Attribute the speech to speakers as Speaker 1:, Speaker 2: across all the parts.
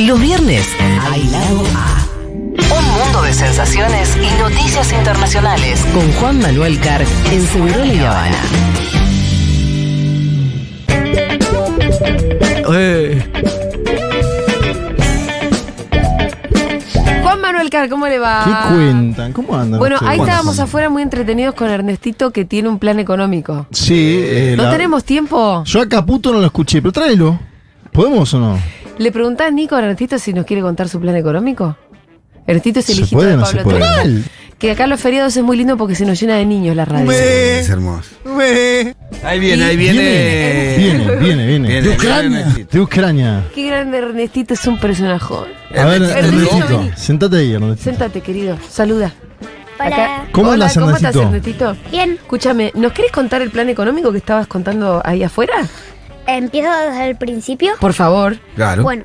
Speaker 1: Los viernes hay Lago A.
Speaker 2: Un mundo de sensaciones y noticias internacionales.
Speaker 1: Con Juan Manuel Carr en Segurola y Habana.
Speaker 3: Juan Manuel Carr, ¿cómo le va?
Speaker 4: ¿Qué cuentan? ¿Cómo andan?
Speaker 3: Ah. Bueno,
Speaker 4: ustedes?
Speaker 3: ahí
Speaker 4: ¿Cuántos
Speaker 3: estábamos
Speaker 4: son?
Speaker 3: afuera muy entretenidos con Ernestito que tiene un plan económico.
Speaker 4: Sí, eh,
Speaker 3: ¿No
Speaker 4: la-
Speaker 3: tenemos tiempo?
Speaker 4: Yo a Caputo no lo escuché, pero tráelo. ¿Podemos o no?
Speaker 3: ¿Le preguntás, Nico, a Ernestito si nos quiere contar su plan económico? Ernestito es el
Speaker 4: ¿Se
Speaker 3: hijito
Speaker 4: puede
Speaker 3: de
Speaker 4: o no
Speaker 3: Pablo
Speaker 4: se puede?
Speaker 3: Torre.
Speaker 4: Mal.
Speaker 3: Que acá los feriados es muy lindo porque se nos llena de niños la radio.
Speaker 5: Es hermoso.
Speaker 6: Ahí viene,
Speaker 4: Viene,
Speaker 6: ahí viene.
Speaker 4: viene, viene, viene.
Speaker 6: Viene,
Speaker 4: De
Speaker 6: viene
Speaker 4: Ucrania.
Speaker 6: Ernestito.
Speaker 4: De Ucrania.
Speaker 3: Qué grande Ernestito, es un personaje.
Speaker 4: A ver,
Speaker 3: Ernestito,
Speaker 4: Ernestito,
Speaker 3: vení.
Speaker 4: sentate ahí, Ernestito.
Speaker 3: Séntate, querido. Saluda. Acá-
Speaker 7: Hola.
Speaker 4: ¿Cómo
Speaker 3: Hola,
Speaker 4: andas,
Speaker 3: ¿Cómo estás,
Speaker 4: Ernestito?
Speaker 3: Ernestito?
Speaker 7: Bien,
Speaker 3: Escúchame, ¿nos querés contar el plan económico que estabas contando ahí afuera?
Speaker 7: empiezo desde el principio.
Speaker 3: Por favor.
Speaker 6: Claro.
Speaker 7: Bueno,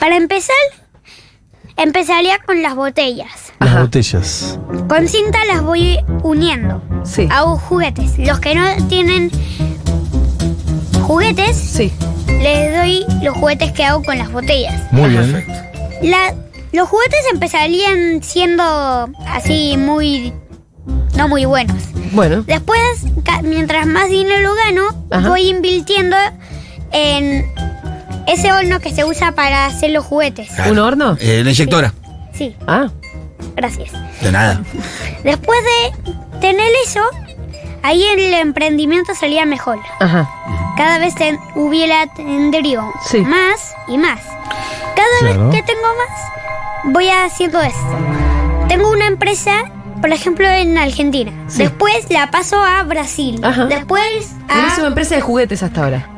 Speaker 7: para empezar, empezaría con las botellas.
Speaker 4: Las
Speaker 3: Ajá.
Speaker 4: botellas.
Speaker 7: Con cinta las voy uniendo.
Speaker 3: Sí.
Speaker 7: Hago juguetes. Los que no tienen juguetes,
Speaker 3: Sí.
Speaker 7: les doy los juguetes que hago con las botellas.
Speaker 4: Muy bien.
Speaker 6: Perfecto.
Speaker 7: La- los juguetes empezarían siendo así muy... no muy buenos.
Speaker 3: Bueno.
Speaker 7: Después, ca- mientras más dinero gano,
Speaker 3: Ajá.
Speaker 7: voy invirtiendo en ese horno que se usa para hacer los juguetes.
Speaker 6: Claro.
Speaker 3: ¿Un horno?
Speaker 6: Eh, la inyectora.
Speaker 7: Sí,
Speaker 3: Ah,
Speaker 7: gracias.
Speaker 6: De nada.
Speaker 7: Después de tener eso, ahí el emprendimiento salía mejor.
Speaker 3: ajá.
Speaker 7: Cada vez ten- hubiera tendría
Speaker 3: Sí.
Speaker 7: más y más. Cada
Speaker 4: Claro.
Speaker 7: vez que tengo más, voy haciendo esto. Tengo una empresa, por ejemplo, en Argentina.
Speaker 3: Sí.
Speaker 7: Después la paso a Brasil.
Speaker 3: Ajá.
Speaker 7: Después
Speaker 3: Tenés
Speaker 7: a...
Speaker 3: una empresa de juguetes hasta ahora.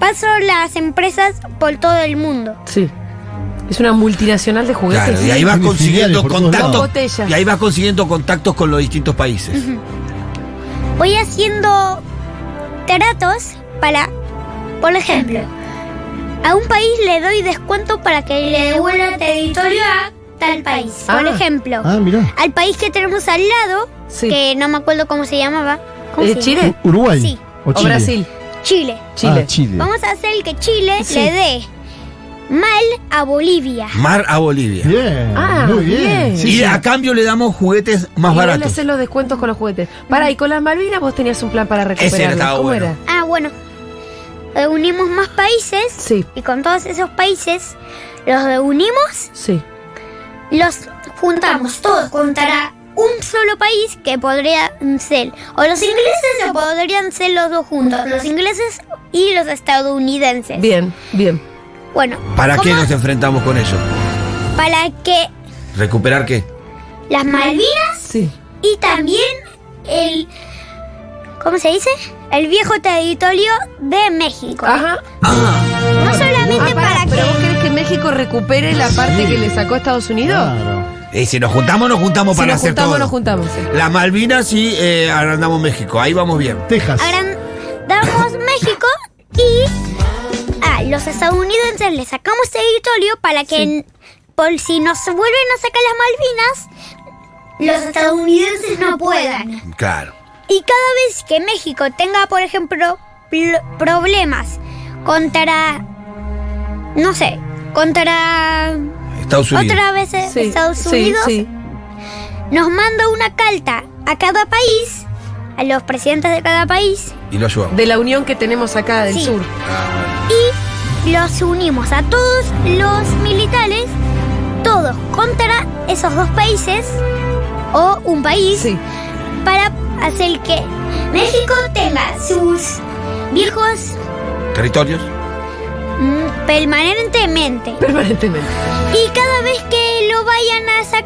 Speaker 7: Paso las empresas por todo el mundo.
Speaker 3: Sí. Es una multinacional de juguetes.
Speaker 6: Claro. Y ahí vas
Speaker 4: Tiene filiales
Speaker 6: consiguiendo
Speaker 4: por todos
Speaker 3: lados.
Speaker 6: contactos.
Speaker 3: Botellas.
Speaker 6: Y ahí vas consiguiendo contactos con los distintos países.
Speaker 7: Voy haciendo tratos para, por ejemplo, a un país le doy descuento para que le devuelva territorio a tal país. Por
Speaker 3: Ah.
Speaker 7: ejemplo,
Speaker 4: Ah, mirá.
Speaker 7: al país que tenemos al lado,
Speaker 3: Sí.
Speaker 7: que no me acuerdo cómo se llamaba. ¿Cómo
Speaker 3: Eh,
Speaker 7: se
Speaker 3: Chile?
Speaker 4: U- Uruguay.
Speaker 7: Sí.
Speaker 4: O
Speaker 3: O
Speaker 4: Chile.
Speaker 3: Brasil.
Speaker 7: llama? Chile.
Speaker 3: Chile.
Speaker 4: Ah, Chile.
Speaker 7: Vamos a hacer que Chile
Speaker 3: Sí.
Speaker 7: le dé mal a Bolivia.
Speaker 6: Mar a Bolivia.
Speaker 4: Bien.
Speaker 3: Ah,
Speaker 4: muy bien.
Speaker 3: bien.
Speaker 4: Sí,
Speaker 6: Y
Speaker 4: sí.
Speaker 6: a cambio le damos juguetes más
Speaker 3: y vos le
Speaker 6: baratos.
Speaker 3: haces los descuentos con los juguetes. Para, y con las Malvinas vos tenías un plan para
Speaker 6: Ese
Speaker 3: recuperarlas.
Speaker 6: estaba
Speaker 3: ¿Cómo
Speaker 6: bueno.
Speaker 3: era?
Speaker 7: Ah, bueno. Reunimos más países
Speaker 3: Sí,
Speaker 7: y con todos esos países los reunimos
Speaker 3: sí.
Speaker 7: los juntamos todos contra un solo país que podría ser o los ingleses o podrían ser los dos juntos, los ingleses y los estadounidenses.
Speaker 3: Bien, bien.
Speaker 7: Bueno,
Speaker 6: ¿Para qué
Speaker 7: ¿cómo?
Speaker 6: nos enfrentamos con ellos?
Speaker 7: Para que
Speaker 6: ¿Recuperar qué?
Speaker 7: las Malvinas
Speaker 3: Sí.
Speaker 7: y también el ¿cómo se dice? El viejo territorio de México.
Speaker 3: Ajá.
Speaker 7: No solamente
Speaker 3: Ah, pará,
Speaker 7: para,
Speaker 3: ¿Pero vos
Speaker 7: que
Speaker 3: querés que México recupere la parte que le sacó a Estados Unidos?
Speaker 4: Claro.
Speaker 6: Y Eh, si nos juntamos, nos juntamos
Speaker 3: Si
Speaker 6: Ah, para
Speaker 3: nos
Speaker 6: hacer
Speaker 3: juntamos,
Speaker 6: todo.
Speaker 3: nos juntamos. sí.
Speaker 6: Las Malvinas y eh, agrandamos México. Ahí vamos bien.
Speaker 4: Texas.
Speaker 7: agrandamos México y a los estadounidenses les sacamos territorio para que, n- por si nos vuelven a sacar las Malvinas, los estadounidenses no puedan.
Speaker 6: Claro.
Speaker 7: Y cada vez que México tenga, por ejemplo, pl- problemas contra, no sé, contra
Speaker 6: Estados Unidos.
Speaker 7: otra vez eh,
Speaker 3: Sí,
Speaker 7: Estados
Speaker 3: sí,
Speaker 7: Unidos,
Speaker 3: sí.
Speaker 7: nos manda una carta a cada país, a los presidentes de cada país,
Speaker 6: Y lo ayudamos.
Speaker 3: De la unión que tenemos acá del
Speaker 7: Sí.
Speaker 3: sur.
Speaker 7: y los unimos a todos los militares, todos contra esos dos países o un país
Speaker 3: Sí.
Speaker 7: para hacer que México tenga sus viejos
Speaker 6: Territorios.
Speaker 7: mm, permanentemente
Speaker 3: Permanentemente.
Speaker 7: y cada vez que lo vayan a sacar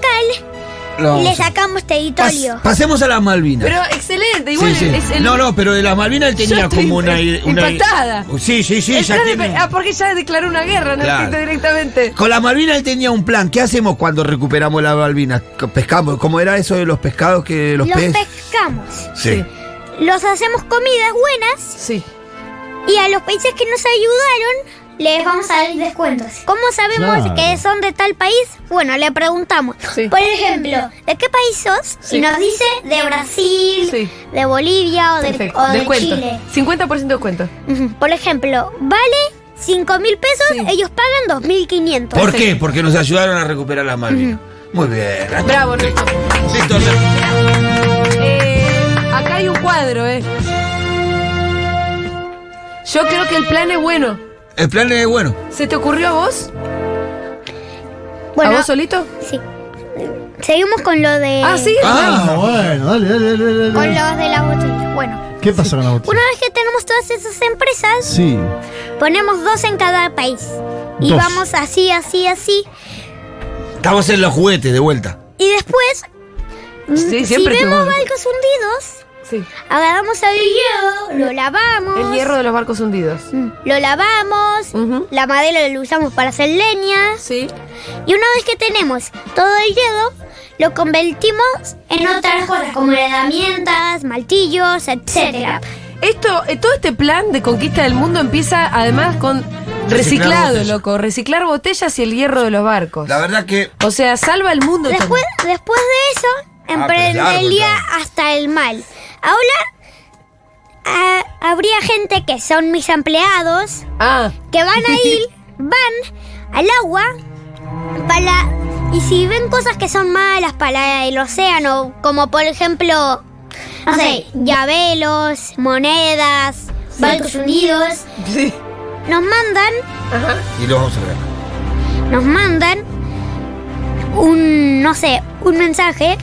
Speaker 6: Lo-
Speaker 7: le sacamos
Speaker 6: Pas-
Speaker 7: territorio.
Speaker 6: pasemos a las Malvinas.
Speaker 3: Pero excelente,
Speaker 6: Sí,
Speaker 3: igual
Speaker 6: sí.
Speaker 3: es el.
Speaker 6: No, no, pero de las Malvinas él
Speaker 3: Yo
Speaker 6: tenía
Speaker 3: estoy
Speaker 6: como una,
Speaker 3: im-
Speaker 6: una-
Speaker 3: impactada.
Speaker 6: Sí, sí, sí.
Speaker 3: el
Speaker 6: ya
Speaker 3: plan de-
Speaker 6: tiene-
Speaker 3: Ah, porque ya declaró una guerra, no
Speaker 6: Claro.
Speaker 3: Entiendo directamente.
Speaker 6: Con las Malvinas él tenía un plan. ¿Qué hacemos cuando recuperamos las Malvinas? Co- Pescamos. ¿Cómo era eso de los pescados que los,
Speaker 7: Los
Speaker 6: peces?
Speaker 7: pescamos,
Speaker 6: sí.
Speaker 7: los hacemos comidas buenas
Speaker 3: Sí.
Speaker 7: Y a los países que nos ayudaron, les vamos a dar descuentos. ¿Cómo sabemos
Speaker 4: Claro.
Speaker 7: que son de tal país? Bueno, le preguntamos.
Speaker 3: Sí.
Speaker 7: Por ejemplo, ¿de qué país sos?
Speaker 3: Sí.
Speaker 7: Y nos dice de Brasil,
Speaker 3: Sí.
Speaker 7: de Bolivia o de,
Speaker 3: Perfecto.
Speaker 7: o de
Speaker 3: Descuento.
Speaker 7: Chile.
Speaker 3: 50% de descuento.
Speaker 7: Ujú. Por ejemplo, vale 5 mil pesos,
Speaker 3: Sí.
Speaker 7: ellos pagan 2.500.
Speaker 6: ¿Por qué? Porque nos ayudaron a recuperar las Malvinas. Muy bien.
Speaker 3: Bravo, Nacho.
Speaker 6: Listo, Hernán.
Speaker 3: Eh, acá hay un cuadro, eh. Yo creo que el plan es bueno.
Speaker 6: El plan es bueno.
Speaker 3: ¿Se te ocurrió a vos? ¿A
Speaker 7: Bueno, eh,
Speaker 3: vos solito?
Speaker 7: sí. Seguimos con lo de.
Speaker 3: Ah, sí.
Speaker 6: Ah,
Speaker 4: Ah, bueno, dale, dale, dale. dale,
Speaker 7: Con
Speaker 4: dale.
Speaker 7: los de la botella. Bueno,
Speaker 4: ¿Qué pasó con la botella?
Speaker 7: una vez que tenemos todas esas empresas,
Speaker 4: Sí.
Speaker 7: ponemos dos en cada país. Y
Speaker 4: Dos.
Speaker 7: vamos así, así, así.
Speaker 6: estamos en los juguetes de vuelta.
Speaker 7: Y después, mm,
Speaker 3: Sí, siempre
Speaker 7: si
Speaker 3: te
Speaker 7: vemos
Speaker 3: voy.
Speaker 7: barcos hundidos,
Speaker 3: Sí.
Speaker 7: agarramos el hierro, lo lavamos.
Speaker 3: El hierro de los barcos hundidos.
Speaker 7: Mm, Lo lavamos.
Speaker 3: Ujú.
Speaker 7: La madera la usamos para hacer leñas.
Speaker 3: Sí.
Speaker 7: Y una vez que tenemos todo el hierro, lo convertimos en otras cosas como herramientas, martillos, etc.
Speaker 3: Esto, eh, todo este plan de conquista del mundo empieza además con
Speaker 6: Reciclar
Speaker 3: reciclado,
Speaker 6: botellas.
Speaker 3: loco. Reciclar botellas y el hierro de los barcos.
Speaker 6: La verdad que.
Speaker 3: O sea, salva el mundo. Tom.
Speaker 7: Después, después de eso,
Speaker 3: Ah,
Speaker 6: pero es largo,
Speaker 7: emprendería
Speaker 6: claro.
Speaker 7: hasta el mal. Ahora, ah, habría gente que son mis empleados,
Speaker 3: Ah,
Speaker 7: que van a ir, van al agua para... Y si ven cosas que son malas para el océano, como por ejemplo, no sé, llaveros, monedas, barcos unidos,
Speaker 3: sí.
Speaker 7: nos mandan,
Speaker 3: Ajá.
Speaker 6: Y los vamos a ver.
Speaker 7: nos mandan un, no sé, un mensaje,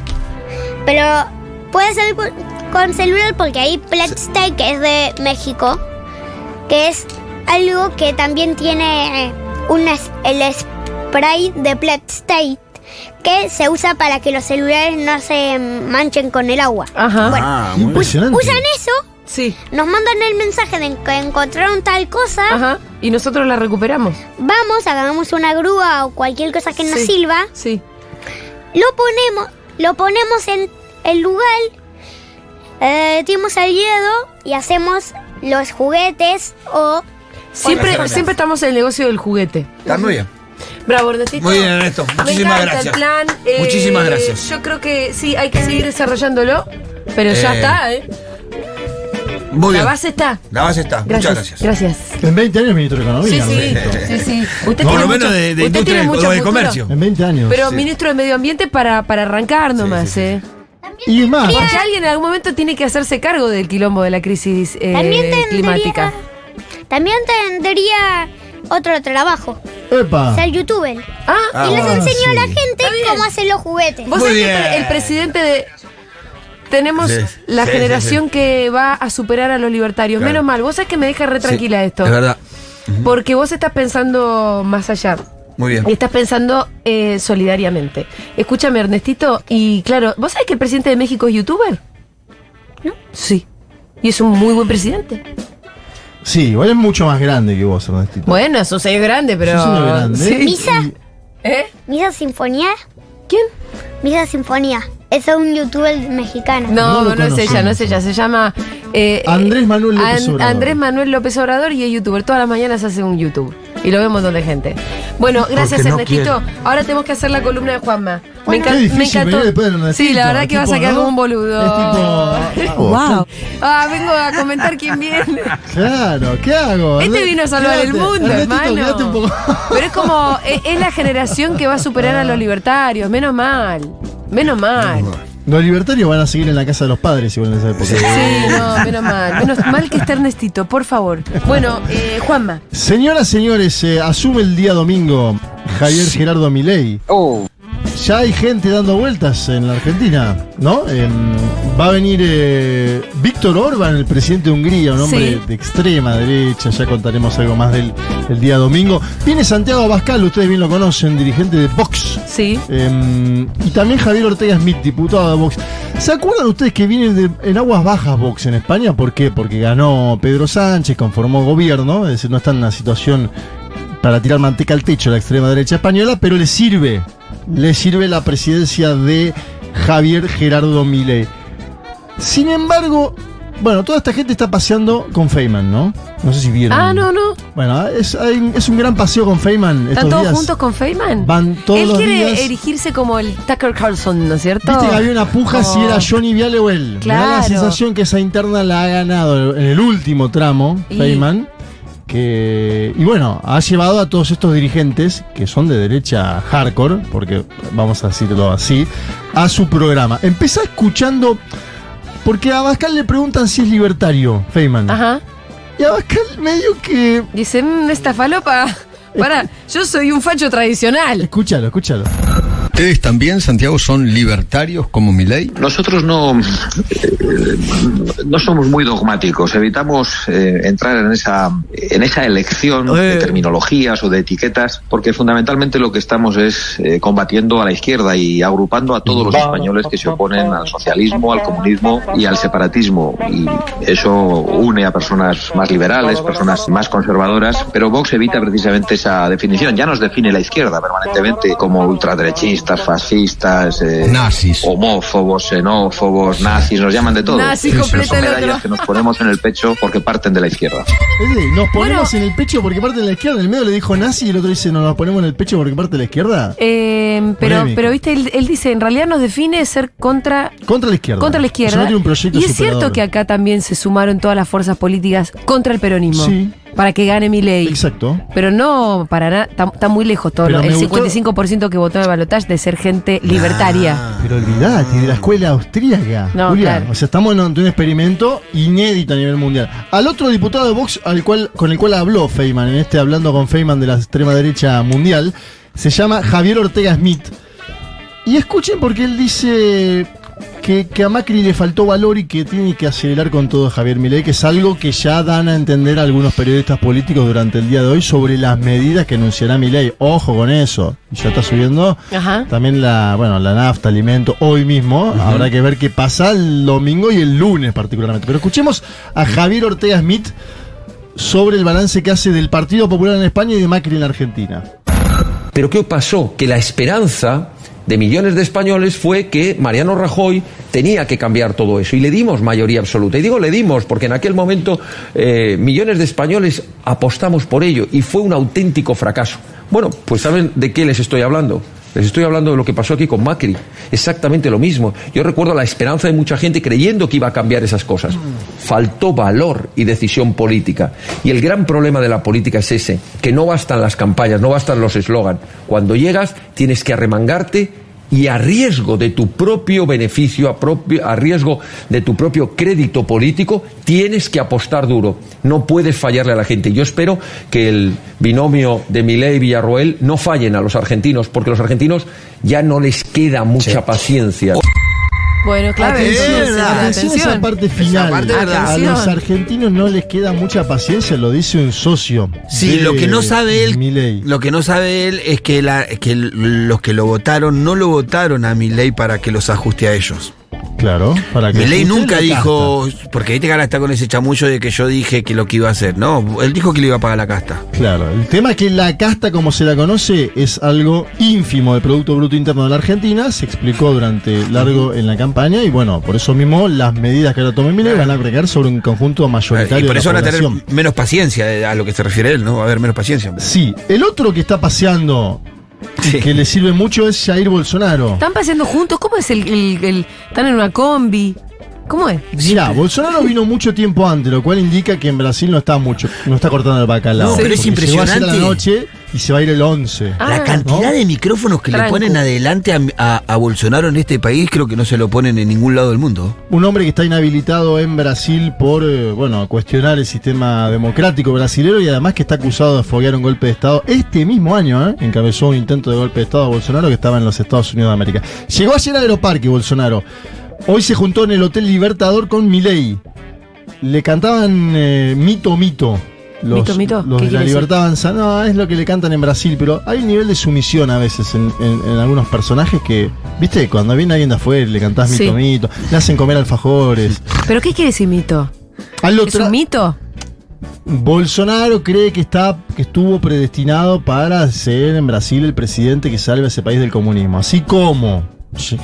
Speaker 7: pero puede ser con, con celular porque hay Playstyle que es de México, que es algo que también tiene eh, un es- el spray de Playstyle que se usa para que los celulares no se manchen con el agua.
Speaker 3: Ajá.
Speaker 6: Ah, muy bien.
Speaker 4: Impresionante.
Speaker 7: Usan eso,
Speaker 3: Sí.
Speaker 7: nos mandan el mensaje de que encontraron tal cosa.
Speaker 3: Ajá. Y nosotros la recuperamos.
Speaker 7: Vamos, agarramos una grúa o cualquier cosa que nos
Speaker 3: Sí.
Speaker 7: sirva,
Speaker 3: Sí.
Speaker 7: lo ponemos, lo ponemos en el lugar, eh, metimos el hierro y hacemos los juguetes o
Speaker 3: Siempre,
Speaker 6: Hola,
Speaker 3: siempre estamos en el negocio del juguete.
Speaker 6: Está muy bien.
Speaker 3: Bravo, Ernestito.
Speaker 6: Muy bien, Ernesto.
Speaker 3: Me
Speaker 6: Muchísimas
Speaker 3: encanta
Speaker 6: gracias.
Speaker 3: el plan. eh,
Speaker 6: Muchísimas gracias.
Speaker 3: Yo creo que sí, hay que
Speaker 7: Eh.
Speaker 3: seguir desarrollándolo, pero ya
Speaker 6: Eh,
Speaker 3: está, ¿eh?
Speaker 6: Muy
Speaker 3: La
Speaker 6: bien.
Speaker 3: base está.
Speaker 6: La base está. Muchas gracias.
Speaker 3: Gracias.
Speaker 4: En 20 años ministro de
Speaker 3: Sí,
Speaker 4: Economía.
Speaker 3: sí,
Speaker 4: Alberto.
Speaker 3: sí, sí. Usted
Speaker 6: Por
Speaker 3: tiene
Speaker 6: lo menos
Speaker 3: mucho-
Speaker 6: de, de
Speaker 3: usted
Speaker 6: industria
Speaker 3: tiene
Speaker 6: o
Speaker 3: mucho
Speaker 6: de
Speaker 3: futuro.
Speaker 6: comercio.
Speaker 4: En 20 años.
Speaker 3: Pero ministro de Medio Ambiente para, para arrancar nomás,
Speaker 6: sí, sí.
Speaker 3: ¿eh?
Speaker 4: y es más,
Speaker 3: Porque alguien en algún momento tiene que hacerse cargo del quilombo de la crisis eh,
Speaker 7: también tendría,
Speaker 3: climática.
Speaker 7: también tendría otro trabajo,
Speaker 4: epa.
Speaker 7: ser youtuber.
Speaker 3: Ah,
Speaker 6: Ah,
Speaker 7: y les
Speaker 6: bueno,
Speaker 7: enseño a la
Speaker 4: sí.
Speaker 7: gente
Speaker 3: Está bien.
Speaker 7: cómo hacer los juguetes.
Speaker 3: Vos
Speaker 6: Muy
Speaker 3: sabés que el pre-
Speaker 6: bien.
Speaker 3: el presidente de. Tenemos
Speaker 6: Sí,
Speaker 3: la
Speaker 6: sí,
Speaker 3: generación
Speaker 6: sí,
Speaker 3: que va a superar a los libertarios.
Speaker 6: Claro.
Speaker 3: Menos mal, vos sabés que me deja re tranquila
Speaker 6: Sí,
Speaker 3: esto.
Speaker 6: Es verdad.
Speaker 3: Porque vos estás pensando más allá.
Speaker 6: Muy bien.
Speaker 3: Y estás pensando eh, solidariamente. Escúchame, Ernestito, y claro, ¿vos sabés que el presidente de México es youtuber?
Speaker 7: No.
Speaker 3: Sí. Y es un muy buen presidente.
Speaker 4: Sí, igual es mucho más grande que vos, Ernestito.
Speaker 3: Bueno, eso sí es grande, pero.
Speaker 4: Yo soy uno grande.
Speaker 3: Sí.
Speaker 7: Misa,
Speaker 3: ¿Eh?
Speaker 7: Misa Sinfonía,
Speaker 3: ¿Quién?
Speaker 7: Misa Sinfonía. Es un youtuber mexicano.
Speaker 3: No,
Speaker 4: No
Speaker 3: no,
Speaker 4: lo
Speaker 3: es
Speaker 4: conocí.
Speaker 3: ella, no es ella. Se llama. eh,
Speaker 4: Andrés Manuel López
Speaker 3: An-
Speaker 4: Obrador.
Speaker 3: Andrés Manuel López Obrador y es youtuber. Todas las mañanas hace un YouTube. Y lo ve un montón de gente. Bueno, gracias,
Speaker 6: no
Speaker 3: Ernestito. Ahora tenemos que hacer la columna de Juanma.
Speaker 4: Qué difícil venir después de Ernestito,
Speaker 3: sí, la verdad que
Speaker 4: tipo,
Speaker 3: vas a quedar
Speaker 4: ¿no?
Speaker 3: como un boludo.
Speaker 4: Es tipo, ¿qué hago?
Speaker 3: Ah, vengo a comentar quién viene.
Speaker 4: Claro, ¿qué hago?
Speaker 3: Este
Speaker 4: Ernest-
Speaker 3: vino a salvar el
Speaker 4: quédate,
Speaker 3: mundo,
Speaker 4: Ernestito, quédate
Speaker 3: hermano.
Speaker 4: un poco.
Speaker 3: Pero es como, es, es la generación que va a superar a
Speaker 4: Ah.
Speaker 3: los libertarios. Menos mal. Menos mal.
Speaker 4: Los libertarios van a seguir en la casa de los padres igual en esa época.
Speaker 3: Sí, no, menos mal. Menos mal que está Ernestito, por favor. Bueno, eh, Juanma.
Speaker 4: Señoras, señores, eh, asume el día domingo Javier Gerardo Milei. Ya hay gente dando vueltas en la Argentina, ¿no? Em, va a venir eh, Víctor Orban, el presidente de Hungría, un hombre
Speaker 3: Sí.
Speaker 4: de extrema derecha, ya contaremos algo más del el día domingo. Viene Santiago Abascal, ustedes bien lo conocen, dirigente de Vox.
Speaker 3: Sí.
Speaker 4: Em, y también Javier Ortega Smith, diputado de Vox. ¿Se acuerdan ustedes que viene de- en aguas bajas Vox en España? ¿Por qué? Porque ganó Pedro Sánchez, conformó gobierno, es decir, no está en una situación para tirar manteca al techo la extrema derecha española, pero le sirve, le sirve la presidencia de Javier Gerardo Milei. Sin embargo, bueno, toda esta gente está paseando con Feynman, ¿no? No sé si vieron.
Speaker 3: Ah, no, no.
Speaker 4: Bueno, es, hay un- es un gran paseo con Feynman estos
Speaker 3: ¿Están todos
Speaker 4: días.
Speaker 3: juntos con Feynman?
Speaker 4: Van todos
Speaker 3: Él
Speaker 4: los
Speaker 3: quiere
Speaker 4: días.
Speaker 3: erigirse como el Tucker Carlson, ¿no es cierto?
Speaker 4: Viste que había una puja si
Speaker 3: Oh.
Speaker 4: era Johnny Vialewell. Me da
Speaker 3: Claro.
Speaker 4: la sensación que esa interna la ha ganado en el último tramo,
Speaker 3: Y-
Speaker 4: Feynman. que y bueno, ha llevado a todos estos dirigentes, que son de derecha hardcore, porque vamos a decirlo así, a su programa. Empezá escuchando, porque a Abascal le preguntan si es libertario, Feynman.
Speaker 3: Ajá.
Speaker 4: Y Abascal medio que...
Speaker 3: Dice, "Mm, esta falopa. Para, yo soy un facho tradicional.
Speaker 4: Escúchalo, escúchalo.
Speaker 5: ¿Ustedes también, Santiago, son libertarios como Milei?
Speaker 8: Nosotros no, eh, no somos muy dogmáticos, evitamos eh, entrar en esa, en esa elección de terminologías o de etiquetas, porque fundamentalmente lo que estamos es eh, combatiendo a la izquierda y agrupando a todos los españoles que se oponen al socialismo, al comunismo y al separatismo. Y eso une a personas más liberales, personas más conservadoras, pero Vox evita precisamente esa definición. Ya nos define la izquierda permanentemente como ultraderechistas, fascistas, eh,
Speaker 5: Nazis.
Speaker 8: homófobos, xenófobos, nazis, nos llaman de todo.
Speaker 3: Nazis,
Speaker 8: Son
Speaker 3: completa el otro.
Speaker 8: medallas que nos ponemos en el pecho porque parten de la izquierda.
Speaker 4: Es decir, nos ponemos en el pecho porque parte de la izquierda, en el medio le dijo nazi y el otro dice, no, nos ponemos en el pecho porque parte de la izquierda.
Speaker 3: Eh, pero,
Speaker 4: Polémico.
Speaker 3: pero viste, él, él dice, en realidad nos define ser contra
Speaker 4: Contra la izquierda.
Speaker 3: contra la
Speaker 4: O sea,
Speaker 3: izquierda.
Speaker 4: no tiene un proyecto
Speaker 3: y es
Speaker 4: superador.
Speaker 3: cierto que acá también se sumaron todas las fuerzas políticas contra el peronismo.
Speaker 4: Sí.
Speaker 3: Para que gane mi ley.
Speaker 4: Exacto.
Speaker 3: Pero no, para nada, está, está muy lejos todo.
Speaker 4: Pero
Speaker 3: ¿no?
Speaker 4: me
Speaker 3: El
Speaker 4: gustó- Ah.
Speaker 3: 55% que votó en el balotaje de ser gente libertaria.
Speaker 4: Pero olvidate, de la escuela austríaca.
Speaker 3: No,
Speaker 4: Julia,
Speaker 3: claro.
Speaker 4: o sea, estamos ante un experimento inédito a nivel mundial. Al otro diputado de Vox al cual, con el cual habló Feynman, en este hablando con Feynman de la extrema derecha mundial, se llama Javier Ortega Smith. Y escuchen porque él dice que, que a Macri le faltó valor y que tiene que acelerar con todo Javier Milei, que es algo que ya dan a entender algunos periodistas políticos durante el día de hoy sobre las medidas que anunciará Milei. Ojo con eso. Ya está subiendo
Speaker 3: Ajá.
Speaker 4: también la, bueno, la nafta, alimento, hoy mismo. Habrá que ver qué pasa el domingo y el lunes particularmente. Pero escuchemos a Javier Ortega Smith sobre el balance que hace del Partido Popular en España y de Macri en la Argentina.
Speaker 9: Pero ¿qué pasó? Que la esperanza de millones de españoles fue que Mariano Rajoy tenía que cambiar todo eso y le dimos mayoría absoluta. Y digo le dimos porque en aquel momento eh, millones de españoles apostamos por ello y fue un auténtico fracaso. Bueno, pues ¿saben de qué les estoy hablando? Les estoy hablando de lo que pasó aquí con Macri. Exactamente lo mismo. Yo recuerdo la esperanza de mucha gente creyendo que iba a cambiar esas cosas. Faltó valor y decisión política. Y el gran problema de la política es ese, que no bastan las campañas, no bastan los eslogan. Cuando llegas tienes que arremangarte y a riesgo de tu propio beneficio, a, propio- a riesgo de tu propio crédito político, tienes que apostar duro. No puedes fallarle a la gente. Yo espero que el binomio de Milei y Villarroel no fallen a los argentinos, porque los argentinos ya no les queda mucha paciencia.
Speaker 3: Bueno, claro,
Speaker 4: Atención,
Speaker 3: entonces,
Speaker 4: Ah, atención a esa parte final.
Speaker 6: parte, ¿verdad?
Speaker 4: a los
Speaker 3: Atención.
Speaker 4: argentinos no les queda mucha paciencia, lo dice un socio.
Speaker 6: Sí,
Speaker 4: de
Speaker 6: lo que no sabe él,
Speaker 4: Milei.
Speaker 6: lo que no sabe él es que, la- que l- los que lo votaron no lo votaron a Milei para que los ajuste a ellos.
Speaker 4: Claro, para que.
Speaker 6: Milei
Speaker 4: usted
Speaker 6: nunca
Speaker 4: lo
Speaker 6: dijo, porque ahí te gana está con ese chamullo de que yo dije que lo que iba a hacer. No, él dijo que le iba a pagar la casta.
Speaker 4: casta. Claro, el tema es que la casta, como se la conoce, es algo ínfimo del Producto Bruto Interno de la Argentina. Se explicó durante largo en la campaña y bueno, por eso mismo las medidas que ahora tome Milei van a recaer sobre un conjunto mayoritario
Speaker 6: Eh, Y por eso
Speaker 4: de la
Speaker 6: van a tener
Speaker 4: población.
Speaker 6: menos paciencia eh, a lo que se refiere él, ¿no? Va a haber menos paciencia.
Speaker 4: Sí, el otro que está paseando,
Speaker 6: Sí.
Speaker 4: que le sirve mucho, es Jair Bolsonaro.
Speaker 3: ¿Están paseando juntos? ¿Cómo es el, el- el- Están en una combi. ¿Cómo es?
Speaker 4: Mirá, Bolsonaro vino mucho tiempo antes, lo cual indica que en Brasil no está mucho, no está cortando el bacalao.
Speaker 6: No, pero es
Speaker 4: Porque Llegó ayer a
Speaker 6: impresionante.
Speaker 4: la noche y se va a ir el 11.
Speaker 3: Ah,
Speaker 6: La cantidad
Speaker 4: ¿no?
Speaker 6: de micrófonos que le
Speaker 3: Tranco.
Speaker 6: ponen adelante a, a- a Bolsonaro en este país creo que no se lo ponen en ningún lado del mundo.
Speaker 4: Un hombre que está inhabilitado en Brasil por, eh, bueno, cuestionar el sistema democrático brasileño y además que está acusado de foguear un golpe de Estado. Este mismo año, ¿eh? Encabezó un intento de golpe de Estado a Bolsonaro que estaba en los Estados Unidos de América. Llegó ayer al aeroparque Bolsonaro. Hoy se juntó en el Hotel Libertador con Milei. Le cantaban eh, mito, mito. Los,
Speaker 3: Mito, mito,
Speaker 4: los
Speaker 3: ¿qué
Speaker 4: de la
Speaker 3: quiere decir?
Speaker 4: libertad avanza. No, es lo que le cantan en Brasil, pero hay un nivel de sumisión a veces en, en- en algunos personajes que, viste, cuando viene alguien de afuera y le cantás mito,
Speaker 3: Sí.
Speaker 4: mito, le hacen comer alfajores.
Speaker 3: ¿Pero qué quiere decir mito?
Speaker 4: Al
Speaker 3: ¿Es un mito?
Speaker 4: Bolsonaro cree que está que estuvo predestinado para ser en Brasil el presidente que salve a ese país del comunismo. Así como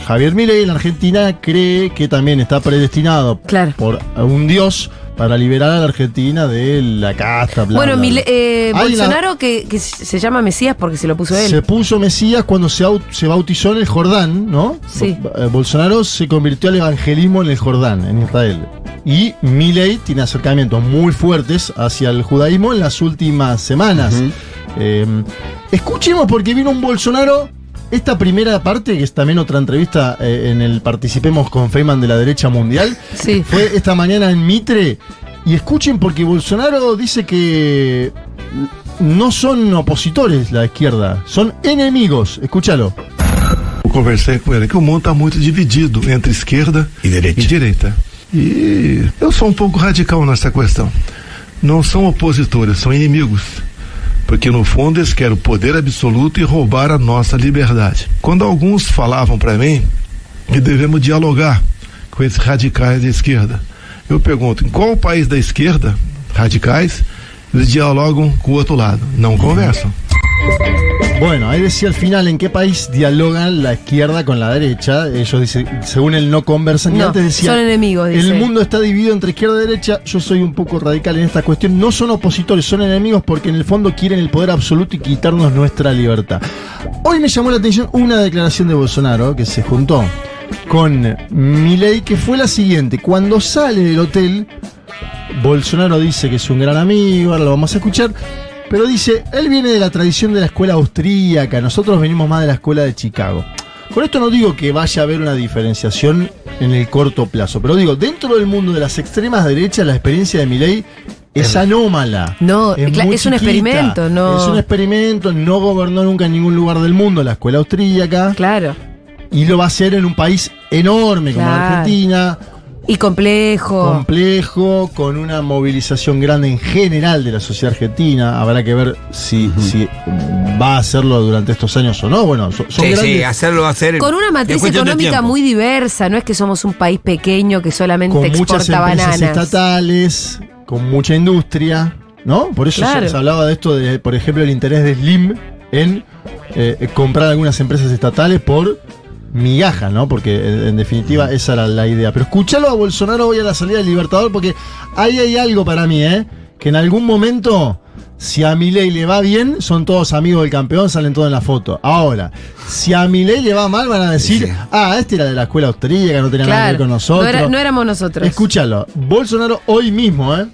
Speaker 4: Javier Milei en la Argentina cree que también está predestinado
Speaker 3: Claro.
Speaker 4: por un dios para liberar a la Argentina de la casta. bla,
Speaker 3: bueno,
Speaker 4: bla,
Speaker 3: Mile-
Speaker 4: bla.
Speaker 3: eh,
Speaker 4: Hay una-
Speaker 3: Bolsonaro, que, que se llama Mesías porque se lo puso él.
Speaker 4: Se puso Mesías cuando se, au- se bautizó en el Jordán, ¿no?
Speaker 3: Sí.
Speaker 4: Bo- eh, Bolsonaro se convirtió al evangelismo en el Jordán, en Israel. Y Milei tiene acercamientos muy fuertes hacia el judaísmo en las últimas semanas. Eh, escuchemos porque vino un Bolsonaro. Esta primera parte, que es también otra entrevista eh, en el Participemos con Feynman de la derecha mundial,
Speaker 3: Sí.
Speaker 4: fue esta mañana en Mitre. Y escuchen porque Bolsonaro dice que no son opositores la izquierda, son enemigos. Escúchalo.
Speaker 10: Eu conversei com ele que o mundo está muito dividido entre esquerda
Speaker 6: E direita.
Speaker 10: E, direita. E eu sou um pouco radical nessa questão. Não são opositores, são inimigos. Porque no fundo eles querem o poder absoluto e roubar a nossa liberdade. Quando alguns falavam para mim que devemos dialogar com esses radicais da esquerda, eu pergunto: em qual país da esquerda, radicais, eles dialogam com o outro lado? Não conversam.
Speaker 4: Bueno, ahí decía al final en qué país dialogan la izquierda con la derecha. Ellos dicen, según él no conversan. Y
Speaker 3: No,
Speaker 4: antes decía,
Speaker 3: son enemigos, dice.
Speaker 4: El mundo está dividido entre izquierda y derecha. Yo soy un poco radical en esta cuestión. No son opositores, son enemigos porque en el fondo quieren el poder absoluto y quitarnos nuestra libertad. Hoy me llamó la atención una declaración de Bolsonaro que se juntó con Milei que fue la siguiente. Cuando sale del hotel, Bolsonaro dice que es un gran amigo, ahora lo vamos a escuchar. Pero dice, él viene de la tradición de la escuela austríaca, nosotros venimos más de la escuela de Chicago. Con esto no digo que vaya a haber una diferenciación en el corto plazo, pero digo, dentro del mundo de las extremas derechas, la experiencia de Milei es anómala.
Speaker 3: No, cla-
Speaker 4: muy
Speaker 3: es un experimento, no-
Speaker 4: Es un experimento, no gobernó nunca en ningún lugar del mundo la escuela austríaca,
Speaker 3: Claro.
Speaker 4: y lo va a hacer en un país enorme como
Speaker 3: Claro.
Speaker 4: la Argentina,
Speaker 3: Y complejo.
Speaker 4: complejo, con una movilización grande en general de la sociedad argentina. Habrá que ver si, si va a hacerlo durante estos años o no. Bueno, so- son
Speaker 6: Sí, sí,
Speaker 4: grandes.
Speaker 6: hacerlo va a ser.
Speaker 3: con una matriz económica muy diversa, no es que somos un país pequeño que solamente
Speaker 4: con muchas
Speaker 3: exporta
Speaker 4: empresas
Speaker 3: bananas.
Speaker 4: estatales, con mucha industria, ¿no? Por eso
Speaker 3: Claro.
Speaker 4: se, se hablaba de esto, de, por ejemplo, el interés de Slim en eh, comprar algunas empresas estatales por migajas, ¿no? Porque en, en definitiva
Speaker 6: Mm.
Speaker 4: esa era la idea. Pero escuchalo a Bolsonaro hoy a la salida del Libertador porque ahí hay algo para mí, ¿eh? Que en algún momento... Si a Milei le va bien, son todos amigos del campeón, salen todos en la foto. Ahora, si a Milei le va mal, van a decir,
Speaker 6: Sí.
Speaker 4: ah, este era de la escuela austríaca, no tenía nada que
Speaker 3: Claro.
Speaker 4: ver con nosotros.
Speaker 3: No, era- no éramos nosotros.
Speaker 4: Escúchalo. Bolsonaro hoy mismo, ¿eh?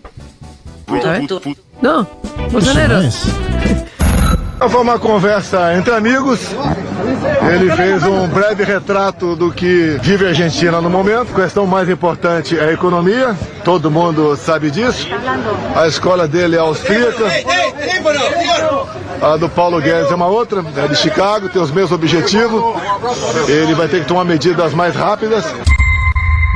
Speaker 3: A ver. No, Bolsonaro.
Speaker 4: Eso no es.
Speaker 10: Então, Foi uma conversa entre amigos. Ele fez um breve retrato do que vive a Argentina no momento. A questão mais importante é a economia. Todo mundo sabe disso. A escola dele é austríaca. A do Paulo Guedes é uma outra, é de Chicago, tem os mesmos objetivos. Ele vai ter que tomar medidas mais rápidas.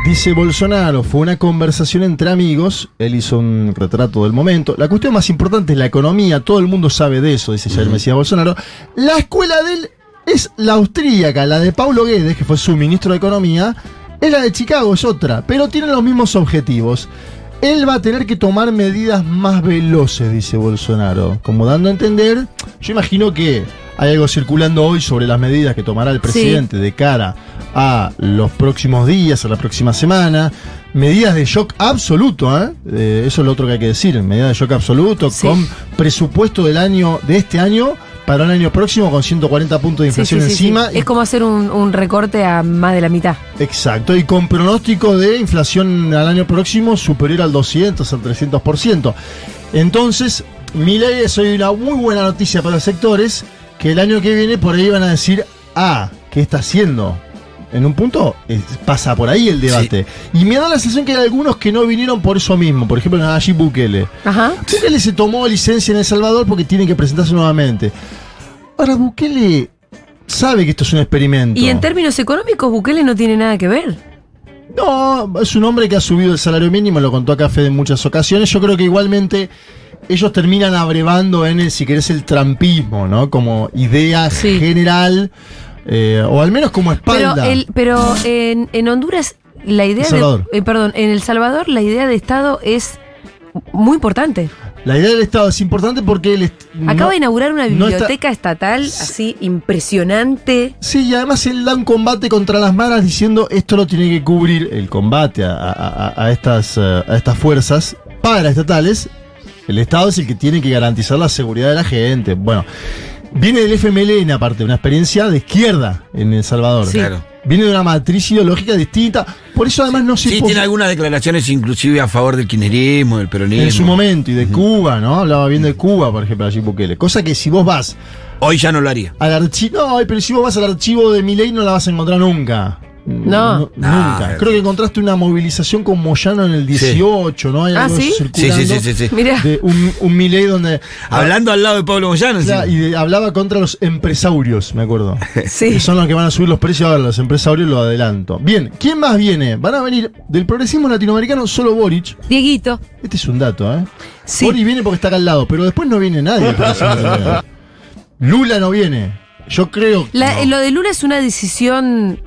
Speaker 4: Dice Bolsonaro, fue una conversación entre amigos, él hizo un retrato del momento. La cuestión más importante es la economía, todo el mundo sabe de eso, dice Jair Mesías Bolsonaro. La escuela de él es la austríaca, la de Paulo Guedes, que fue su ministro de Economía, es la de Chicago, es otra, pero tienen los mismos objetivos. Él va a tener que tomar medidas más veloces, dice Bolsonaro, como dando a entender, yo imagino que hay algo circulando hoy sobre las medidas que tomará el presidente presidente de cara a los próximos días, a la próxima semana. Medidas de shock absoluto, ¿eh? Eh, eso es lo otro que hay que decir. Medidas de shock absoluto
Speaker 3: Sí.
Speaker 4: con presupuesto del año de este año para un año próximo con 140 puntos de
Speaker 3: Sí, sí,
Speaker 4: inflación
Speaker 3: sí, sí.
Speaker 4: encima. y-
Speaker 3: Es como hacer un, un recorte a más de la mitad.
Speaker 4: Exacto, y con pronóstico de inflación al año próximo superior al 200, al 300%. Entonces, Milei es hoy una muy buena noticia para los sectores que el año que viene por ahí van a decir, ah, ¿qué está haciendo? En un punto es- pasa por ahí el debate. Y me da la sensación que hay algunos que no vinieron por eso mismo, por ejemplo, Nayib Bukele.
Speaker 3: Ajá.
Speaker 4: Bukele se tomó licencia en El Salvador porque tiene que presentarse nuevamente. Ahora, Bukele sabe que esto es un experimento.
Speaker 3: Y en términos económicos, Bukele no tiene nada que ver.
Speaker 4: No, es un hombre que ha subido el salario mínimo, lo contó acá Fede en muchas ocasiones. Yo creo que igualmente ellos terminan abrevando en el, si querés, el trampismo, ¿no? Como idea
Speaker 3: Sí.
Speaker 4: general, eh, o al menos como
Speaker 3: Pero,
Speaker 4: espalda.
Speaker 3: el, pero en, en Honduras, la idea
Speaker 4: El Salvador.
Speaker 3: de. eh, perdón, en El Salvador, la idea de Estado es muy importante.
Speaker 4: La idea del Estado es importante porque el. est-
Speaker 3: Acaba
Speaker 4: no-
Speaker 3: de inaugurar una
Speaker 4: no está-
Speaker 3: biblioteca estatal así impresionante.
Speaker 4: Sí, y además él da un combate contra las maras diciendo esto lo tiene que cubrir el combate a, a- a- a estas, eh, a estas fuerzas paraestatales. El Estado es el que tiene que garantizar la seguridad de la gente. Bueno, viene del FMLN aparte, una experiencia de izquierda en El Salvador.
Speaker 6: Sí. Claro.
Speaker 4: Viene de una matriz ideológica distinta. Por eso además no se
Speaker 6: Sí,
Speaker 4: pos-
Speaker 6: tiene algunas declaraciones inclusive a favor del kirchnerismo, del peronismo.
Speaker 4: en su momento y de Cuba, ¿no? Hablaba bien de Cuba, por ejemplo, allí Bukele. Cosa que si vos vas
Speaker 6: Hoy ya no lo haría.
Speaker 4: al archivo. No, ay, pero si vos vas al archivo de Milei no la vas a encontrar nunca.
Speaker 3: No.
Speaker 6: Ah,
Speaker 4: nunca. Creo que encontraste una movilización con Moyano en el 18, ¿no? Hay
Speaker 3: Ah,
Speaker 4: algo
Speaker 3: ¿sí?
Speaker 6: Sí,
Speaker 4: circulando
Speaker 6: sí, sí, sí, sí.
Speaker 3: Mirá.
Speaker 4: De un, un Milei donde.
Speaker 6: Hablando al lado de Pablo Moyano.
Speaker 4: Claro,
Speaker 6: sí.
Speaker 4: y de- hablaba contra los empresarios, me acuerdo.
Speaker 3: Sí.
Speaker 4: Que son los que van a subir los precios ahora, los empresarios lo adelanto. Bien, ¿quién más viene? Van a venir del progresismo latinoamericano solo Boric.
Speaker 3: Dieguito.
Speaker 4: Este es un dato, ¿eh?
Speaker 3: Sí.
Speaker 4: Boric viene porque está acá al lado, pero después no viene nadie. del progresismo latinoamericano. Lula no viene. Yo creo.
Speaker 3: La-
Speaker 4: no.
Speaker 3: eh, Lo de Lula es una decisión.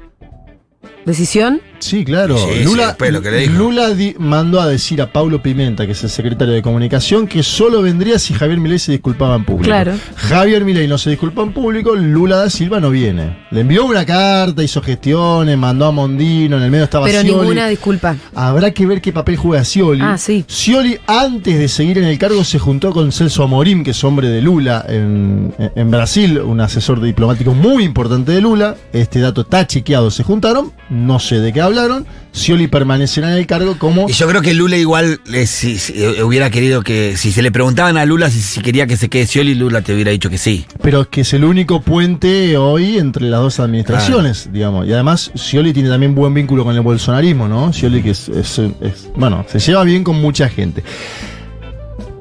Speaker 3: ¿Decisión?
Speaker 4: Sí, claro.
Speaker 6: Sí, sí,
Speaker 4: Lula,
Speaker 6: después lo que le dijo.
Speaker 4: Lula di- mandó a decir a Paulo Pimenta, que es el secretario de Comunicación, que solo vendría si Javier Milei se disculpaba en público.
Speaker 3: Claro.
Speaker 4: Javier Milei no se disculpa en público, Lula da Silva no viene. Le envió una carta, hizo gestiones, mandó a Mondino, en el medio estaba
Speaker 3: Pero
Speaker 4: Scioli.
Speaker 3: ninguna disculpa.
Speaker 4: Habrá que ver qué papel juega Scioli.
Speaker 3: Ah, sí.
Speaker 4: Scioli, antes de seguir en el cargo, se juntó con Celso Amorim, que es hombre de Lula en, en Brasil, un asesor diplomático muy importante de Lula. Este dato está chequeado. Se juntaron, no sé de qué hablaron. Scioli permanecerá en el cargo como.
Speaker 6: Y yo creo que Lula igual eh, si, si, eh, hubiera querido que. Si se le preguntaban a Lula si, si quería que se quede Scioli, Lula te hubiera dicho que sí.
Speaker 4: Pero es que es el único puente hoy entre las dos administraciones, digamos. Y además, Scioli tiene también buen vínculo con el bolsonarismo, ¿no? Scioli que es, es- es- Bueno, se lleva bien con mucha gente.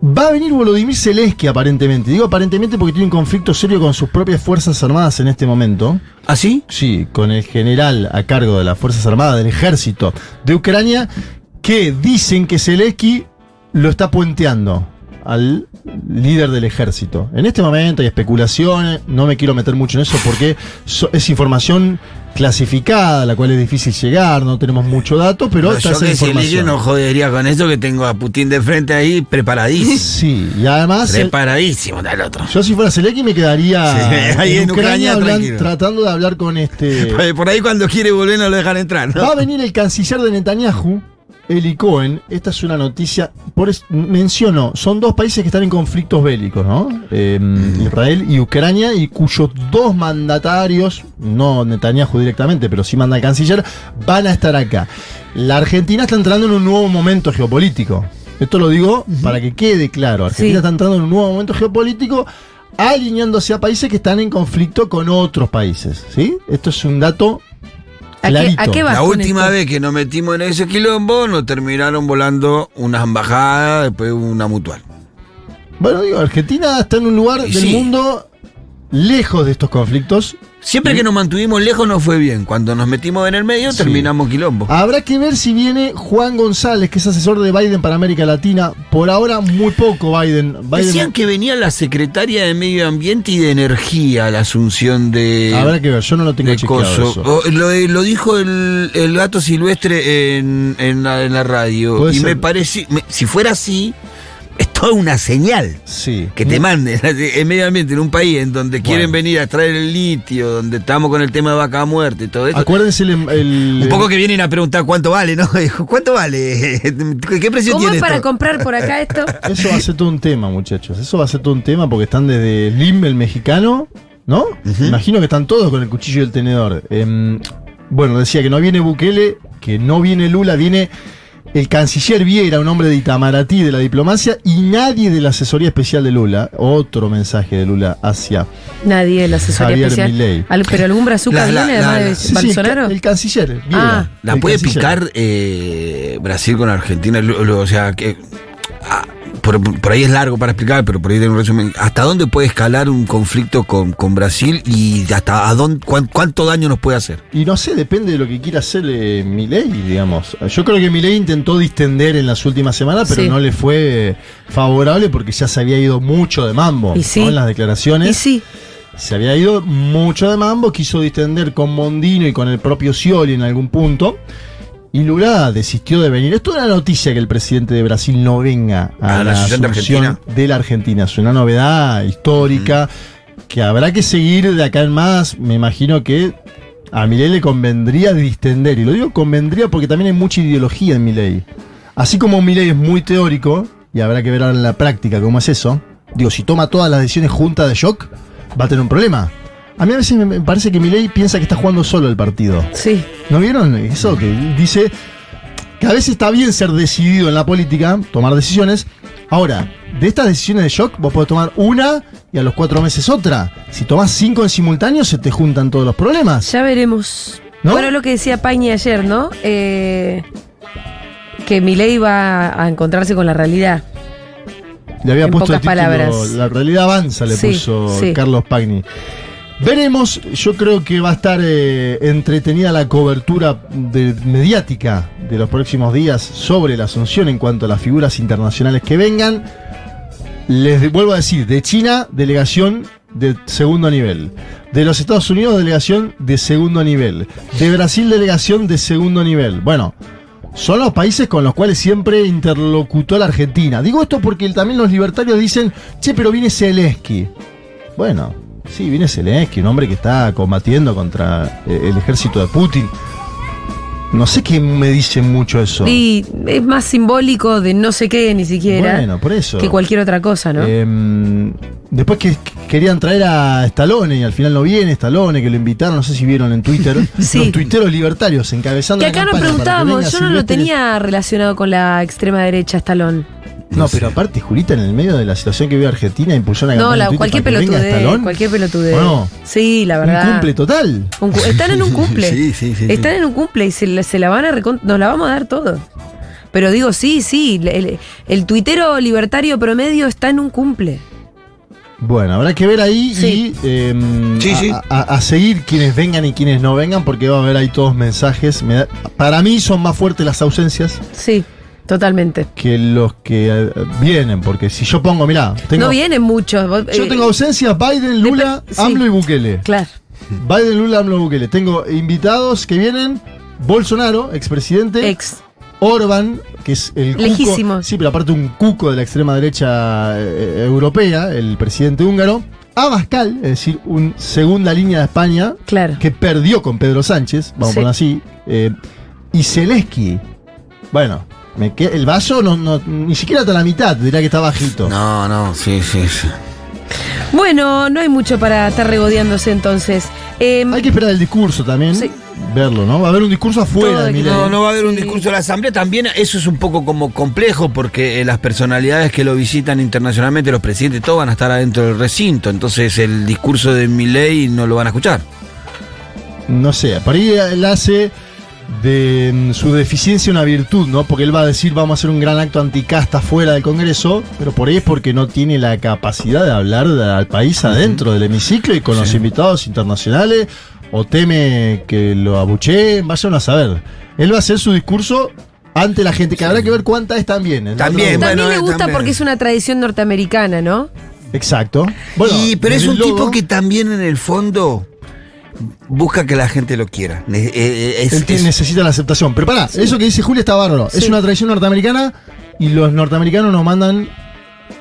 Speaker 4: Va a venir Volodymyr Zelensky, aparentemente. Digo aparentemente porque tiene un conflicto serio con sus propias Fuerzas Armadas en este momento.
Speaker 6: ¿Ah, sí?
Speaker 4: Sí, con el general a cargo de las Fuerzas Armadas del Ejército de Ucrania, que dicen que Zelensky lo está puenteando al líder del ejército. En este momento hay especulaciones, no me quiero meter mucho en eso porque so- es información clasificada, a la cual es difícil llegar, no tenemos mucho dato, pero
Speaker 6: No,
Speaker 4: está
Speaker 6: yo
Speaker 4: esa
Speaker 6: que si
Speaker 4: información.
Speaker 6: Lille no jodería con eso, que tengo a Putin de frente ahí preparadísimo.
Speaker 4: Sí, y además... el-
Speaker 6: preparadísimo del otro.
Speaker 4: yo si fuera Zelensky me quedaría
Speaker 6: Sí, ahí en Ucrania,
Speaker 4: hablan-
Speaker 6: tranquilo.
Speaker 4: tratando de hablar con este...
Speaker 6: Eh, Por ahí cuando quiere volver no lo dejan entrar, ¿no?
Speaker 4: Va a venir el canciller de Netanyahu, Eli Cohen. Esta es una noticia. Por es- menciono, son dos países que están en conflictos bélicos, ¿no? Eh, Israel y Ucrania, y cuyos dos mandatarios, no Netanyahu directamente, pero sí manda el canciller, van a estar acá. La Argentina está entrando en un nuevo momento geopolítico. Esto lo digo para que quede claro. Argentina
Speaker 3: Sí.
Speaker 4: está entrando en un nuevo momento geopolítico alineándose a países que están en conflicto con otros países. ¿sí? Esto es un dato
Speaker 3: ¿A qué, a
Speaker 4: Clarito.
Speaker 3: qué vas
Speaker 6: La
Speaker 3: con
Speaker 6: última
Speaker 3: esto?
Speaker 6: vez que nos metimos en ese quilombo, nos terminaron volando unas embajadas, después una mutual.
Speaker 4: Bueno, digo, Argentina está en un lugar
Speaker 6: Y
Speaker 4: del
Speaker 6: sí.
Speaker 4: mundo lejos de estos conflictos.
Speaker 6: Siempre que nos mantuvimos lejos no fue bien. Cuando nos metimos en el medio,
Speaker 4: Sí. Ah,
Speaker 6: terminamos quilombo.
Speaker 4: Habrá que ver si viene Juan González, que es asesor de Biden para América Latina. Por ahora, muy poco Biden. Biden
Speaker 6: Decían que venía la secretaria de Medio Ambiente y de Energía, la asunción de.
Speaker 4: Habrá que ver, yo no lo tengo
Speaker 6: de
Speaker 4: chequeado
Speaker 6: coso.
Speaker 4: eso.
Speaker 6: O- Lo, eh, lo dijo el, el gato silvestre en, en la, en la radio.
Speaker 4: Puede
Speaker 6: Y
Speaker 4: ser.
Speaker 6: me parece. me- si fuera así, es toda una señal.
Speaker 4: Sí.
Speaker 6: Que te manden en medio ambiente, en un país en donde quieren venir a extraer el litio, donde estamos con el tema de vaca muerta y todo eso.
Speaker 4: Acuérdense el. el-
Speaker 6: Un poco que vienen a preguntar cuánto vale, ¿no? ¿Cuánto vale? ¿Qué precio
Speaker 3: ¿Cómo
Speaker 6: tiene
Speaker 3: es para
Speaker 6: esto?
Speaker 3: comprar por acá esto?
Speaker 4: Eso va a ser todo un tema, muchachos. Eso va a ser todo un tema porque están desde Lim, el mexicano, ¿no? Imagino que están todos con el cuchillo y el tenedor. Em, bueno, decía que no viene Bukele, que no viene Lula, viene el canciller Viera, un hombre de Itamaraty, de la diplomacia, y nadie de la asesoría especial de Lula. Otro mensaje de Lula hacia
Speaker 3: Nadie, la asesoría
Speaker 4: Javier
Speaker 3: especial.
Speaker 4: Milei.
Speaker 3: Al- pero algún brazuca
Speaker 6: La- la-
Speaker 3: viene
Speaker 6: la-
Speaker 3: además de
Speaker 6: la-
Speaker 4: Sí, sí,
Speaker 3: Bolsonaro.
Speaker 4: el, ca- el canciller Viera.
Speaker 3: Ah.
Speaker 6: ¿La
Speaker 4: El
Speaker 6: puede
Speaker 4: canciller.
Speaker 6: picar eh, Brasil con Argentina? Lo- lo- O sea, que. ah, por, por ahí es largo para explicar, pero por ahí tengo un resumen. ¿Hasta dónde puede escalar un conflicto con, con Brasil y hasta a dónde, cuán- cuánto daño nos puede hacer?
Speaker 4: Y no sé, depende de lo que quiera hacer eh, Milei, digamos. Yo creo que Milei intentó distender en las últimas semanas, pero
Speaker 3: Sí.
Speaker 4: no le fue favorable porque ya se había ido mucho de mambo
Speaker 3: Y sí.
Speaker 4: ¿no? en las declaraciones.
Speaker 3: Y sí,
Speaker 4: Se había ido mucho de mambo, quiso distender con Mondino y con el propio Scioli en algún punto. Y Lula desistió de venir. Esto es una noticia que el presidente de Brasil no venga a,
Speaker 6: A la
Speaker 4: la,
Speaker 6: sesión de
Speaker 4: asunción
Speaker 6: Argentina.
Speaker 4: de la Argentina. Es una novedad histórica que habrá que seguir de acá en más. Me imagino que a Milei le convendría distender. Y lo digo convendría porque también hay mucha ideología en Milei. Así como Milei es muy teórico, y habrá que ver ahora en la práctica cómo es eso. Digo, si toma todas las decisiones juntas de shock, va a tener un problema. A mí a veces me- me parece que Milei piensa que está jugando solo el partido.
Speaker 3: Sí.
Speaker 4: ¿No vieron eso? Que dice que a veces está bien ser decidido en la política, tomar decisiones. Ahora, de estas decisiones de shock, vos podés tomar una y a los cuatro meses otra. Si tomás cinco en simultáneo, se te juntan todos los problemas.
Speaker 3: Ya veremos.
Speaker 4: ¿No?
Speaker 3: Bueno, lo que decía Pañi ayer, ¿no? Eh, que Milei va a encontrarse con la realidad.
Speaker 4: Le había
Speaker 3: En
Speaker 4: puesto el
Speaker 3: pocas
Speaker 4: título,
Speaker 3: palabras.
Speaker 4: La realidad avanza, le
Speaker 3: Sí,
Speaker 4: puso
Speaker 3: sí.
Speaker 4: Carlos Pagni. Veremos, yo creo que va a estar eh, entretenida la cobertura de- mediática de los próximos días sobre la Asunción en cuanto a las figuras internacionales que vengan. Les de- vuelvo a decir, de China, delegación de segundo nivel. De los Estados Unidos, delegación de segundo nivel. De Brasil, delegación de segundo nivel. Bueno, son los países con los cuales siempre interlocutó la Argentina. Digo esto porque también los libertarios dicen, che, pero viene Zelensky. Bueno, sí, viene Zelensky, un hombre que está combatiendo contra eh, el ejército de Putin. No sé qué me dice mucho eso.
Speaker 3: Y es más simbólico de no sé qué ni siquiera
Speaker 4: Bueno, por eso.
Speaker 3: que cualquier otra cosa, ¿no?
Speaker 4: Em, después que que querían traer a Stallone y al final no viene Stallone, que lo invitaron, no sé si vieron en Twitter,
Speaker 3: Sí.
Speaker 4: los tuiteros libertarios encabezando
Speaker 3: que
Speaker 4: la
Speaker 3: acá nos
Speaker 4: campaña para que
Speaker 3: preguntábamos,
Speaker 4: venga
Speaker 3: yo no lo
Speaker 4: Silvestre.
Speaker 3: tenía relacionado con la extrema derecha, Estalón.
Speaker 4: No, pero aparte, Julita, en el medio de la situación que vive Argentina, impulsó una
Speaker 3: No,
Speaker 4: campaña
Speaker 3: la,
Speaker 4: en Twitter
Speaker 3: cualquier
Speaker 4: para que venga
Speaker 3: pelotude.
Speaker 4: Stallone.
Speaker 3: Cualquier pelotude.
Speaker 4: Bueno,
Speaker 3: sí, la verdad.
Speaker 4: Un cumple total.
Speaker 3: Un cu- están en un cumple.
Speaker 6: Sí, sí, sí, sí.
Speaker 3: Están en un cumple y se, la- se la van a recon- nos la vamos a dar todos. Pero digo, sí, sí, el, el- el tuitero libertario promedio está en un cumple.
Speaker 4: Bueno, habrá que ver ahí
Speaker 3: Sí.
Speaker 4: y em,
Speaker 6: Sí,
Speaker 4: a-
Speaker 6: sí.
Speaker 4: A, a seguir quienes vengan y quienes no vengan, porque va a haber ahí todos mensajes. Me da- para mí son más fuertes las ausencias
Speaker 3: Sí, totalmente.
Speaker 4: que los que eh, vienen, porque si yo pongo, mirá, tengo,
Speaker 3: no vienen muchos. vos-
Speaker 4: yo
Speaker 3: eh,
Speaker 4: tengo ausencias Biden, Lula,
Speaker 3: Depe- sí.
Speaker 4: AMLO y Bukele.
Speaker 3: Claro.
Speaker 4: Biden, Lula, AMLO, Bukele. Tengo invitados que vienen, Bolsonaro, expresidente.
Speaker 3: Ex.
Speaker 4: Orban, que es el
Speaker 3: Lejísimo.
Speaker 4: cuco, sí, pero aparte un cuco de la extrema derecha eh, europea, el presidente húngaro, Abascal, es decir, un segunda línea de España
Speaker 3: Claro.
Speaker 4: que perdió con Pedro Sánchez, vamos
Speaker 3: Sí.
Speaker 4: a poner así, eh, y Zelensky. Bueno, me que- el vaso no, no- ni siquiera está a la mitad, dirá que está bajito.
Speaker 6: No, no, sí, sí, sí.
Speaker 3: Bueno, no hay mucho para estar regodeándose entonces. Eh,
Speaker 4: Hay que esperar el discurso también,
Speaker 3: Sí.
Speaker 4: verlo, ¿no? Va a haber un discurso afuera
Speaker 3: Todo
Speaker 4: de
Speaker 3: que-
Speaker 4: Milei.
Speaker 6: No, no va a haber un discurso de la Asamblea. También eso es un poco como complejo porque eh, las personalidades que lo visitan internacionalmente, los presidentes, todos van a estar adentro del recinto. Entonces el discurso de Milei no lo van a escuchar.
Speaker 4: No sé, por ahí él hace de mm, su deficiencia una virtud, ¿no? Porque él va a decir vamos a hacer un gran acto anticasta fuera del Congreso, pero por ahí es porque no tiene la capacidad de hablar de- al país adentro del hemiciclo y con los invitados internacionales, o teme que lo abucheen, vayan a saber. Él va a hacer su discurso ante la gente, que habrá que ver cuánta es también. ¿no?
Speaker 6: También,
Speaker 4: No,
Speaker 6: bueno,
Speaker 3: también le
Speaker 6: eh,
Speaker 3: gusta
Speaker 6: también.
Speaker 3: porque es una tradición norteamericana, ¿no?
Speaker 4: Exacto. Bueno,
Speaker 6: y, pero es
Speaker 4: desde
Speaker 6: un
Speaker 4: luego,
Speaker 6: tipo que también en el fondo busca que la gente lo quiera. Eh, eh, es-
Speaker 4: Él tiene-
Speaker 6: es-
Speaker 4: necesita la aceptación. Pero pará, eso que dice Julia está bárbaro. Es una tradición norteamericana y los norteamericanos nos mandan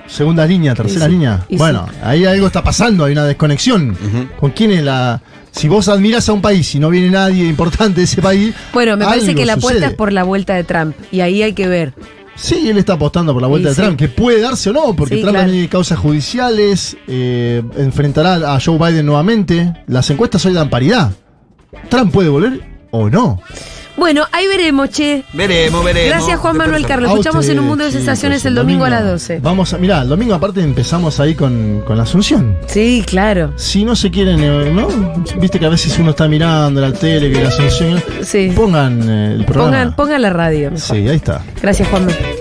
Speaker 4: segunda línea, tercera
Speaker 3: sí,
Speaker 4: línea.
Speaker 3: y
Speaker 4: Bueno, ahí algo está pasando, hay una desconexión. ¿Con quién es la.? Si vos admiras a un país y no viene nadie importante de ese país.
Speaker 3: Bueno, me parece
Speaker 4: algo
Speaker 3: que la apuesta
Speaker 4: sucede.
Speaker 3: es por la vuelta de Trump. Y ahí hay que ver.
Speaker 4: Sí, él está apostando por la vuelta
Speaker 3: Y
Speaker 4: de
Speaker 3: sí.
Speaker 4: Trump, que puede darse o no, porque
Speaker 3: Sí,
Speaker 4: Trump
Speaker 3: claro.
Speaker 4: también tiene causas judiciales, eh, enfrentará a Joe Biden nuevamente. Las encuestas hoy dan paridad. Trump puede volver o no.
Speaker 3: Bueno, ahí veremos, che.
Speaker 6: Veremos, veremos.
Speaker 3: Gracias, Juan
Speaker 6: Después
Speaker 3: Manuel
Speaker 6: lo-
Speaker 3: Carlos. Lo
Speaker 4: A
Speaker 3: escuchamos
Speaker 4: ustedes,
Speaker 3: en un mundo de
Speaker 4: chicos,
Speaker 3: sensaciones el domingo a las 12.
Speaker 4: Vamos a, mirá, el domingo aparte empezamos ahí con, con la Asunción.
Speaker 3: Sí, claro.
Speaker 4: Si no se quieren, eh, ¿no? Viste que a veces uno está mirando la tele, que la Asunción.
Speaker 3: Sí.
Speaker 4: Pongan eh, el programa.
Speaker 3: Pongan, pongan la radio. mejor.
Speaker 4: Sí, ahí está.
Speaker 3: Gracias, Juan Manuel.